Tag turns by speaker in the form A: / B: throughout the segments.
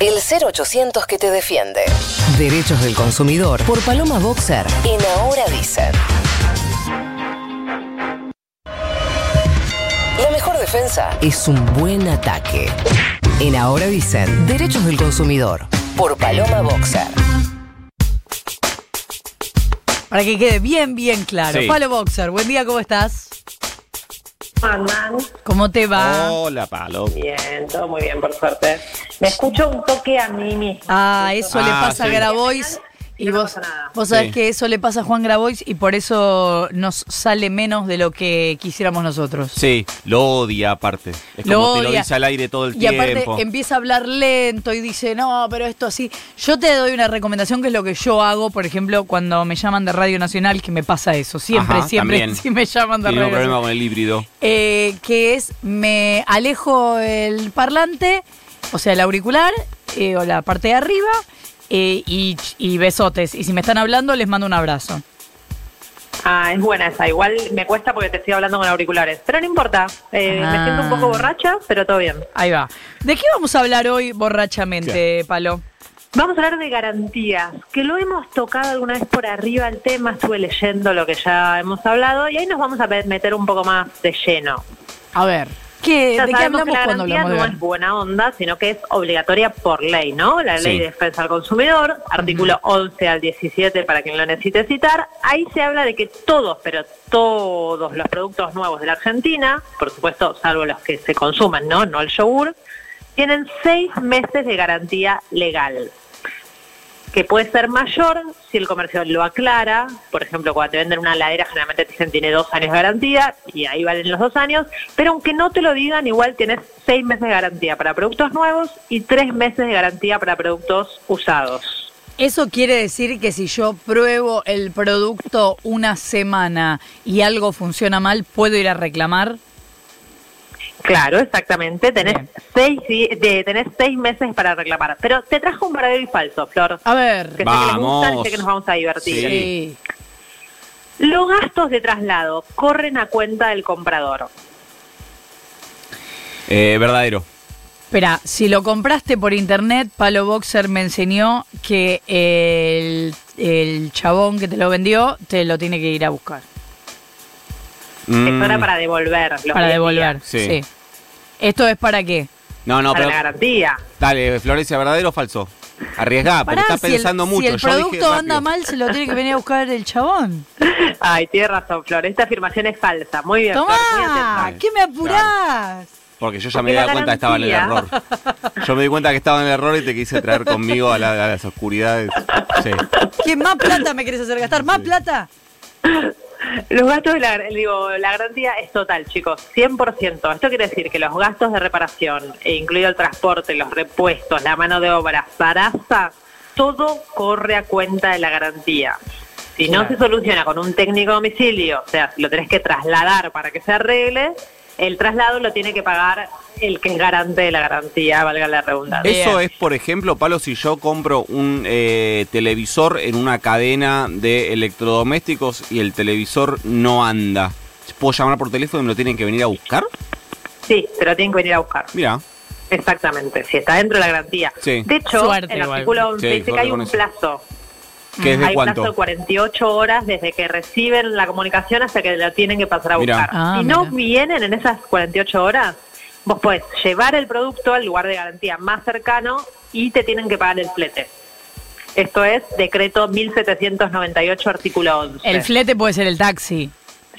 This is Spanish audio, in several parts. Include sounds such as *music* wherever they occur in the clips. A: El 0800 que te defiende.
B: Derechos del consumidor por Paloma Boxer.
A: En Ahora Dicen. La mejor defensa
B: Es un buen ataque. En Ahora dicen Derechos del consumidor.
A: por Paloma Boxer.
C: Para que quede bien, bien claro.
D: Sí.
C: Palo Boxer, buen día, ¿cómo estás?
E: andan?
C: ¿Cómo te va?
D: Hola, Palo.
E: Bien, todo muy bien, por suerte. Me escucho un toque a mí misma.
C: Ah, eso le
D: Ah,
C: pasa a
D: sí.
C: Grabois.
E: Y
C: Y
E: no
C: vos,
E: pasa nada.
C: vos sabés
D: Sí.
C: que eso le pasa a Juan Grabois y por eso nos sale menos de lo que quisiéramos nosotros.
D: Sí, lo odia aparte. Es
C: Lo
D: como te lo
C: odia.
D: dice al aire todo el
C: y aparte em,
D: tiempo.
C: empieza a hablar lento y dice, no, pero esto así. Yo te doy una recomendación que es lo que yo hago, por ejemplo, cuando me llaman de Radio Nacional, que me pasa eso. Siempre,
D: Ajá,
C: siempre,
D: también.
C: *laughs* si me llaman de
D: Tiene un
C: Radio Nacional.
D: problema con el híbrido.
C: Eh, que es me alejo el parlante, o sea, el auricular eh, o la parte de arriba eh, y, ch- y besotes. Y si me están hablando, les mando un abrazo.
E: Ah, es buena esa. Igual me cuesta porque te estoy hablando con auriculares. Pero no importa. Eh,
C: Ah.
E: Me siento un poco borracha, pero todo bien.
C: Ahí va. ¿De qué vamos a hablar hoy borrachamente, Palo?
E: Vamos a hablar de garantías, que lo hemos tocado alguna vez por arriba el tema, estuve leyendo lo que ya hemos hablado y ahí nos vamos a pe- meter un poco más de lleno.
C: A ver, ¿qué,
E: Ya
C: ¿de qué
E: sabemos
C: hablamos
E: que la
C: cuando
E: garantía
C: hablamos de
E: no
C: ver-
E: es buena onda, sino que es obligatoria por ley, ¿no? La
D: Sí.
E: ley de defensa al consumidor, artículo 11 al 17 para quien lo necesite citar. Ahí se habla de que todos, pero todos los productos nuevos de la Argentina, por supuesto, salvo los que se consumen, ¿no? No el yogur, tienen seis meses de garantía legal que puede ser mayor si el comercio lo aclara. Por ejemplo, cuando te venden una ladera, generalmente te dicen tiene dos años de garantía y ahí valen los dos años. Pero aunque no te lo digan, igual tienes seis meses de garantía para productos nuevos y tres meses de garantía para productos usados.
C: Eso quiere decir que si yo pruebo el producto una semana y algo funciona mal, ¿puedo ir a reclamar?
E: Claro, exactamente. Tenés
C: Bien.
E: seis, di- de, tenés seis meses para reclamar. Pero te trajo un verdadero y falso, Flor.
C: A
E: Que
C: ver.
E: sé que les gustan y
D: Vamos.
E: sé que nos vamos a divertir.
C: Sí.
D: Sí.
E: Los gastos de traslado corren a cuenta del comprador.
D: Eh, verdadero.
C: Espera, si lo compraste por internet, Palo Boxer me enseñó que el, el chabón que te lo vendió te lo tiene que ir a buscar
D: Mm,
E: Esto era para devolver. los
C: Mm. para
E: 10
C: devolver.
E: días.
D: Sí.
C: sí. ¿Esto es para qué?
D: No, no,
E: para
D: pero.
E: la garantía.
D: Dale, Florencia, ¿verdadero o falso? Arriesgá, porque
C: Pará,
D: estás
C: si el-
D: pensando mucho.
C: Si el
D: Yo dije
C: producto anda
D: rápido.
C: mal, se lo tiene que venir a buscar el
E: *laughs*
C: chabón.
E: Ay, tiene razón, Flor. Esta afirmación es falsa. Muy bien, Flor. muy
C: Tomá,
E: atenta.
C: ¿qué me apurás?
D: Porque yo ya me
E: Porque
D: di
E: la
D: cuenta que estaba en el error.
E: garantía-
D: Yo me di cuenta que estaba en el error y te quise traer conmigo a, la- a las oscuridades. Sí.
C: ¿Qué más plata me querés hacer gastar? ¿Más plata?
E: Los gastos de la, digo, la garantía es total, chicos, 100%. Esto quiere decir que los gastos de reparación, e incluido el transporte, los repuestos, la mano de obra, zaraza, todo corre a cuenta de la garantía. Si no se soluciona con un técnico a domicilio, o sea, lo tenés que trasladar para que se arregle, el traslado lo tiene que pagar el que es garante de la garantía, valga la redundancia.
D: Eso es, por ejemplo, Palo, si yo compro un eh, televisor en una cadena de electrodomésticos y el televisor no anda. ¿Puedo llamar por teléfono y me lo tienen que venir a buscar?
E: Sí, te lo tienen que venir a buscar.
D: Mira,
E: Exactamente, si está dentro de la garantía.
D: Sí.
E: De hecho,
C: Suerte
E: el
C: igual.
E: artículo 11
D: Sí,
E: dice que
D: suerte
E: hay
D: con
E: un
D: eso.
E: plazo.
D: ¿qué es de
E: hay
D: cuánto?
E: plazo de 48 horas desde que reciben la comunicación hasta que la tienen que pasar a
D: Mirá.
E: buscar.
C: Ah,
E: si no
C: mirá.
E: vienen en esas 48 horas, vos podés llevar el producto al lugar de garantía más cercano y te tienen que pagar el flete. Esto es decreto 1798, artículo 11.
C: El flete puede ser el taxi.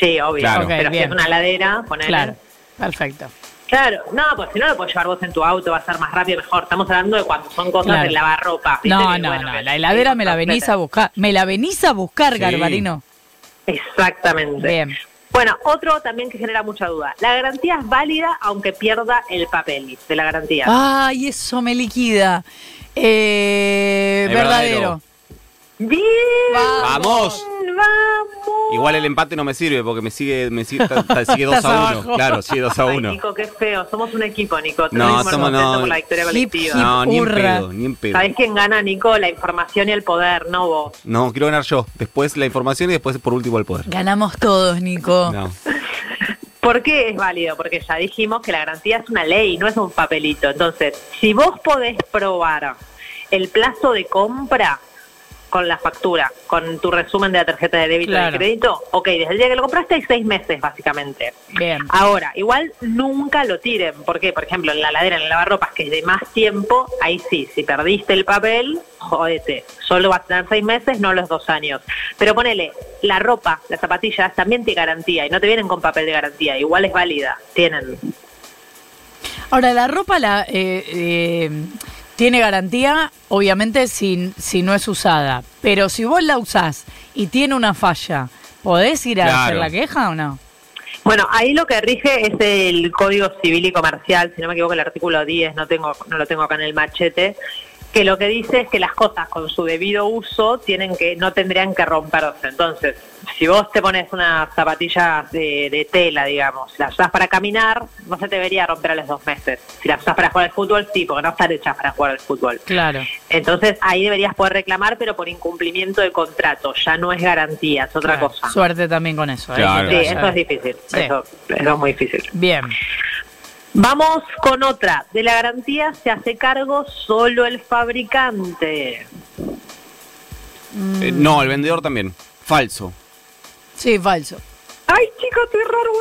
E: sí, obvio.
D: Claro. Ok,
E: Pero si es
C: bien.
E: una ladera, ponele.
C: Claro. Perfecto.
E: Claro, no, pues si no lo puedes llevar vos en tu auto, va a ser más rápido, mejor. Estamos hablando de cuando son cosas
C: Claro.
E: de lavarropa. ¿viste?
C: No,
E: Que,
C: no,
E: bueno,
C: no.
E: que-
C: La heladera me la venís a buscar. Me la venís a buscar,
D: Sí.
C: Garbarino.
E: Exactamente.
C: Bien.
E: Bueno, otro también que genera mucha duda. La garantía es válida aunque pierda el papel de la garantía.
C: Ay, eso me liquida. Eh,
D: Es
C: verdadero.
D: verdadero.
E: ¡Bien!
D: ¡Vamos!
E: ¡Vamos!
D: Igual el empate no me sirve porque me sigue, me sigue, ta- ta-
E: *laughs*
D: sigue 2
C: Estás
D: a 1.
C: abajo.
D: Claro, sigue 2 a
E: Ay,
D: 1.
E: Nico, qué feo. Somos un equipo, Nico. Te
D: No,
E: mismo
D: somos-
E: contento
D: no.
E: por la victoria
C: Hip,
E: colectiva.
D: No, ni en
C: Hurra.
D: pedo, ni en pedo.
E: ¿Sabés quién gana, Nico? La información y el poder, no vos.
D: No, quiero ganar yo. Después la información y después por último el poder.
C: Ganamos todos, Nico.
D: No.
E: ¿Por qué es válido? Porque ya dijimos que la garantía es una ley, no es un papelito. Entonces, si vos podés probar el plazo de compra con la factura, con tu resumen de la tarjeta de débito y
C: Claro.
E: de crédito, ok, desde el día que lo compraste hay seis meses básicamente.
C: Bien.
E: Ahora, igual nunca lo tiren. ¿Por qué? Por ejemplo, en la ladera, en el lavarropas, que es de más tiempo, ahí sí, si perdiste el papel, jodete. Solo vas a tener seis meses, no los dos años. Pero ponele, la ropa, las zapatillas también te garantía y no te vienen con papel de garantía. Igual es válida. Tienen.
C: Ahora, la ropa la, eh, eh, tiene garantía, obviamente, si, si no es usada. Pero si vos la usás y tiene una falla, ¿podés ir a
D: Claro.
C: hacer la queja o no?
E: Bueno, ahí lo que rige es el Código Civil y Comercial, si no me equivoco el artículo 10, no, tengo, no lo tengo acá en el machete, que lo que dice es que las cosas con su debido uso tienen que no tendrían que romperse. Entonces, si vos te pones unas zapatillas de, de tela, digamos, las usás para caminar, no se te debería romper a los dos meses. Si las usás para jugar al fútbol, sí, porque no están hechas para jugar al fútbol.
C: Claro.
E: Entonces, ahí deberías poder reclamar, pero por incumplimiento de contrato, ya no es garantía, es otra
C: Claro.
E: cosa.
C: Suerte también con eso. ¿eh?
D: Claro.
E: Sí,
C: Que
E: eso
C: vaya-
E: es difícil.
C: Sí.
E: Eso, eso es muy difícil.
C: Bien.
E: Vamos con otra. De la garantía se hace cargo solo el fabricante.
D: Eh, no, el vendedor también. Falso.
C: Sí, falso.
E: Ay, chico, estoy raro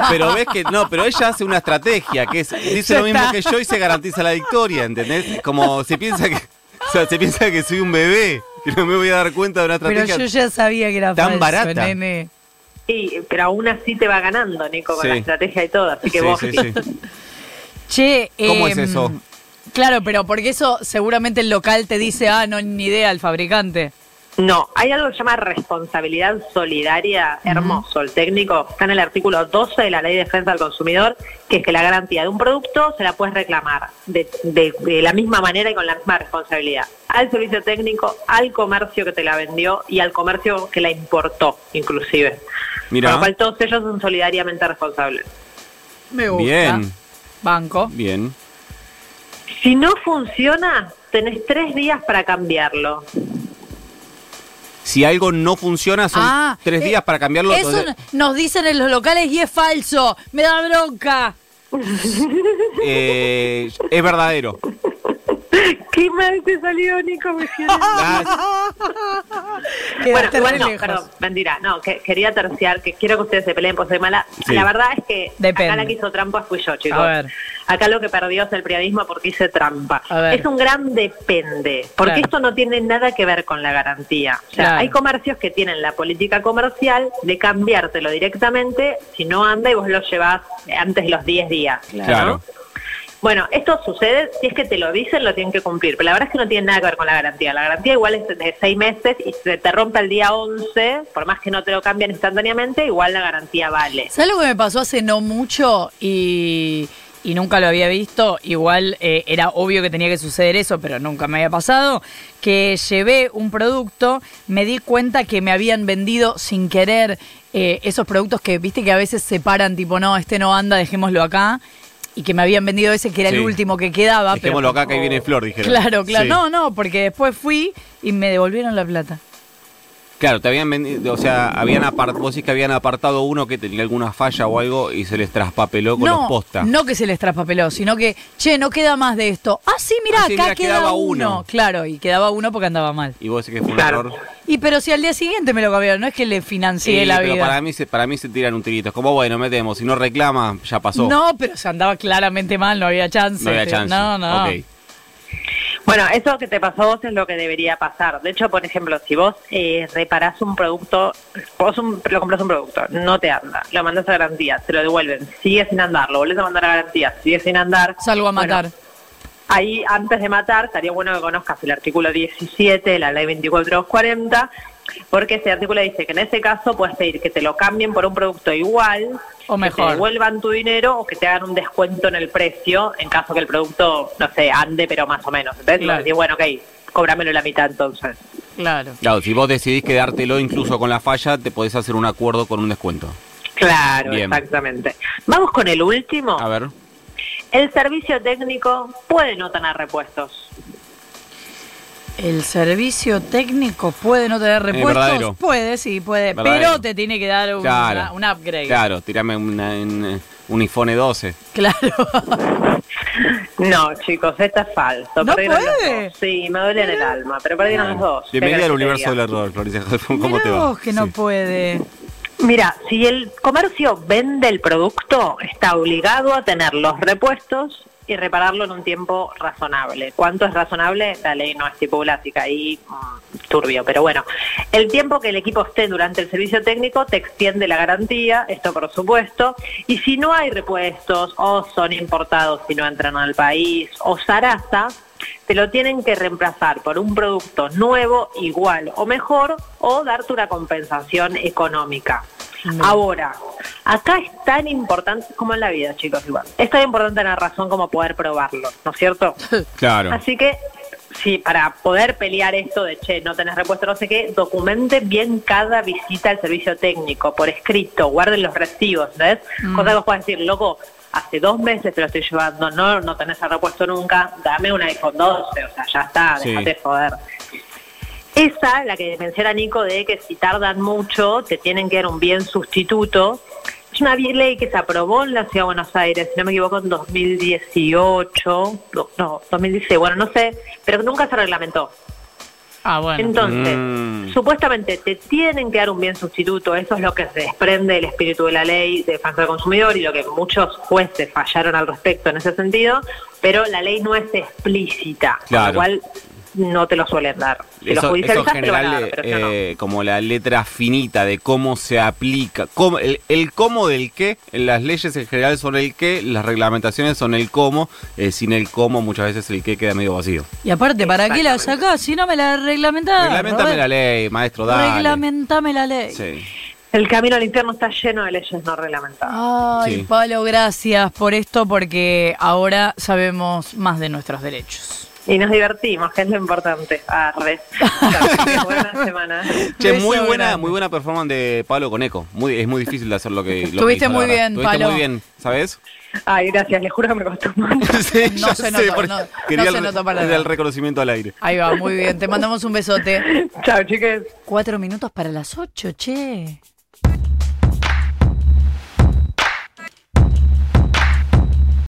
E: yo.
D: Pero ves que no, pero ella hace una estrategia que es, dice
C: Ya
D: lo mismo
C: está.
D: que yo y se garantiza la victoria, ¿entendés? Como se piensa que o sea, se piensa que soy un bebé, que no me voy a dar cuenta de una
C: Pero
D: estrategia.
C: yo ya sabía que era
D: tan
C: falso,
D: barata.
C: nene.
E: Sí, pero aún así te va ganando, Nico, con
D: Sí.
E: la estrategia y todo. Así que
D: Sí,
E: vos
D: sí, sí.
C: Che,
D: ¿Cómo es
C: em,
D: eso?
C: Claro, pero porque eso seguramente el local te dice, ah, no, ni idea, el fabricante.
E: No, hay algo que se llama responsabilidad solidaria, hermoso. El técnico está en el artículo 12 de la Ley de Defensa del Consumidor, que es que la garantía de un producto se la puedes reclamar de, de- de la misma manera y con la misma responsabilidad. Al servicio técnico, al comercio que te la vendió y al comercio que la importó, inclusive.
D: Mirá.
E: Con lo cual todos ellos son solidariamente responsables.
C: Me gusta.
D: Bien,
C: Banco.
D: bien.
E: Si no funciona, tenés tres días para cambiarlo.
D: Si algo no funciona, son
C: Ah,
D: tres
C: eh,
D: días para cambiarlo.
C: Eso
D: entonces,
C: nos dicen en los locales y es falso. Me da bronca.
D: eh, es verdadero.
E: Qué mal te salió, Nico, me siento-
D: Ah,
E: Bueno,
C: Quedaste
E: igual
C: re
E: no,
C: lejos.
E: perdón, mentira, no, que, quería terciar, que quiero que ustedes se peleen por ser mala.
D: Sí.
E: La verdad es que
C: Depende.
E: acá la que hizo trampa fui yo, chicos.
C: A ver.
E: Acá lo que perdió es el periodismo porque hice trampa.
C: A ver.
E: Es un gran depende, porque
C: Claro.
E: esto no tiene nada que ver con la garantía. O sea,
C: Claro.
E: hay comercios que tienen la política comercial de cambiártelo directamente, si no anda y vos lo llevas antes de los 10 días.
D: Claro.
E: Bueno, esto sucede, si es que te lo dicen, lo tienen que cumplir, pero la verdad es que no tiene nada que ver con la garantía. La garantía igual es de seis meses y se te rompe el día 11, por más que no te lo cambien instantáneamente, igual la garantía vale.
C: ¿Sabes lo que me pasó hace no mucho y, y nunca lo había visto? Igual eh, era obvio que tenía que suceder eso, pero nunca me había pasado. Que llevé un producto, me di cuenta que me habían vendido sin querer eh, esos productos que, viste, que a veces separan, tipo, no, este no anda, dejémoslo acá. Y que me habían vendido ese que era
D: Sí.
C: el último que quedaba. pero-
D: Dejémoslo acá que ahí viene Flor, dijeron.
C: Claro, claro.
D: Sí.
C: No, no, porque después fui y me devolvieron la plata.
D: Claro, te habían vendido, o sea, habían apartado, vos decís que habían apartado uno que tenía alguna falla o algo y se les traspapeló con los
C: No,
D: posta.
C: no que se les traspapeló, sino que, che, no queda más de esto. Ah, sí, mirá,
D: Ah, sí,
C: acá
D: mirá,
C: quedaba,
D: quedaba
C: uno.
D: uno.
C: Claro, y quedaba uno porque andaba mal.
D: Y vos decís que fue un
E: Claro.
D: error.
C: Y pero si al día siguiente me lo cambiaron, no es que le financié
D: Y,
C: la
D: pero
C: vida.
D: para mí, se, para mí se tiran un tirito. Es como, bueno, metemos. Si no reclama, ya pasó.
C: No, pero se andaba claramente mal, no había chance.
D: No había
C: Te-
D: chance.
C: No, no.
D: Ok.
E: Bueno, eso que te pasó a vos es lo que debería pasar. De hecho, por ejemplo, si vos eh, reparás un producto, vos un- lo compras un producto, no te anda, lo mandas a garantía, te lo devuelven, sigue sin andar, lo volvés a mandar a garantía, sigue sin andar.
C: Salgo a
E: Bueno,
C: matar.
E: Ahí, antes de matar, estaría bueno que conozcas el artículo 17 de la ley 24240, porque ese artículo dice que en ese caso puedes pedir que te lo cambien por un producto igual,
C: O
E: que
C: mejor.
E: te devuelvan tu dinero o que te hagan un descuento en el precio en caso que el producto, no sé, ande, pero más o menos. Entonces,
C: Claro.
E: decís, bueno, ok, cobrámelo la mitad entonces.
C: Claro.
D: Claro, si vos decidís quedártelo incluso con la falla, te podés hacer un acuerdo con un descuento.
E: Claro,
D: Bien.
E: exactamente. Vamos con el último.
D: A ver.
E: El servicio técnico puede no tener repuestos.
C: El servicio técnico puede no tener repuestos.
D: Eh, verdadero.
C: puede, sí, puede.
D: Verdadero.
C: Pero te tiene que dar un,
D: Claro.
C: una- un upgrade.
D: Claro, tirame una- un- un iPhone 12.
C: Claro.
E: No, chicos, esto es falso.
C: ¿No
E: Perdieron los
C: puede?
E: dos. Sí, me duele en el alma, pero perdieron los dos. ¿Qué
D: Bienvenida al
E: querés que
D: universo
E: te
D: del
E: diga?
D: error, Florencia Halfon, *laughs* ¿Cómo
C: Mirá
D: te va?
C: vos que no
D: Sí.
C: puede.
E: Mira, si el comercio vende el producto, está obligado a tener los repuestos y repararlo en un tiempo razonable. ¿Cuánto es razonable? La ley no estipula, así que ahí mm, turbio. Pero bueno, el tiempo que el equipo esté durante el servicio técnico te extiende la garantía, esto por supuesto. Y si no hay repuestos o son importados y no entran al país o Sarasa, te lo tienen que reemplazar por un producto nuevo, igual o mejor, o darte una compensación económica. Ahora, acá es tan importante como en la vida, chicos, igual. Es tan importante la razón como poder probarlo, ¿no es cierto?
D: Claro.
E: Así que, sí, para poder pelear esto de, che, no tenés repuesto, no sé qué, documente bien cada visita al servicio técnico, por escrito, guarden los recibos, ¿ves? Cosa que vos puedas decir, loco, hace dos meses te lo estoy llevando, no, no tenés el repuesto nunca, dame un iPhone 12, o sea, ya está,
D: Sí.
E: déjate joder. Esa, la que menciona Nico, de que si tardan mucho, te tienen que dar un bien sustituto. Es una vi- ley que se aprobó en la Ciudad de Buenos Aires, si no me equivoco, en 2018, no, no, 2016, bueno, no sé, pero nunca se reglamentó.
C: Ah, bueno.
E: Entonces,
D: Mm.
E: supuestamente te tienen que dar un bien sustituto, eso es lo que se desprende del espíritu de la ley de defensa del consumidor y lo que muchos jueces fallaron al respecto en ese sentido, pero la ley no es explícita,
D: Claro.
E: con lo cual no te lo suelen dar. Si lo
D: Eso, eso en
E: judicializas te lo van a
D: general,
E: dar, pero yo no.
D: eh, como la letra finita de cómo se aplica, cómo- el, el cómo del qué, las leyes en general son el qué, las reglamentaciones son el cómo, eh, sin el cómo muchas veces el qué queda medio vacío.
C: Y aparte, ¿para qué la sacás si no me la reglamentás?
D: Reglamentame la ley, maestro, dale.
C: Reglamentame la ley.
D: Sí.
E: El camino al infierno está lleno de leyes no reglamentadas.
C: Ay,
D: Sí.
C: Pablo, gracias por esto porque ahora sabemos más de nuestros derechos.
E: Y nos divertimos, que es lo importante. Arre. Chao, Buena semana.
D: Che,
C: Beso
D: muy buena,
C: grande.
D: muy buena performance de Pablo con Eco. Muy, es muy difícil de hacer lo que. lo que
C: Estuviste
D: hizo, la
C: muy
D: verdad.
C: bien,
D: Estuviste
C: Pablo.
D: muy bien, ¿sabes? *laughs*
E: Ay, gracias, les juro que me costó mucho.
D: Sí,
C: No
D: ya
C: se notó,
D: porque
C: no- no
D: quería
C: se
D: el-
C: notó para
D: era
C: nada.
D: el reconocimiento al aire.
C: Ahí va, muy bien. Te mandamos un besote.
E: *laughs* Chao, chicas.
C: Cuatro minutos para las ocho, che.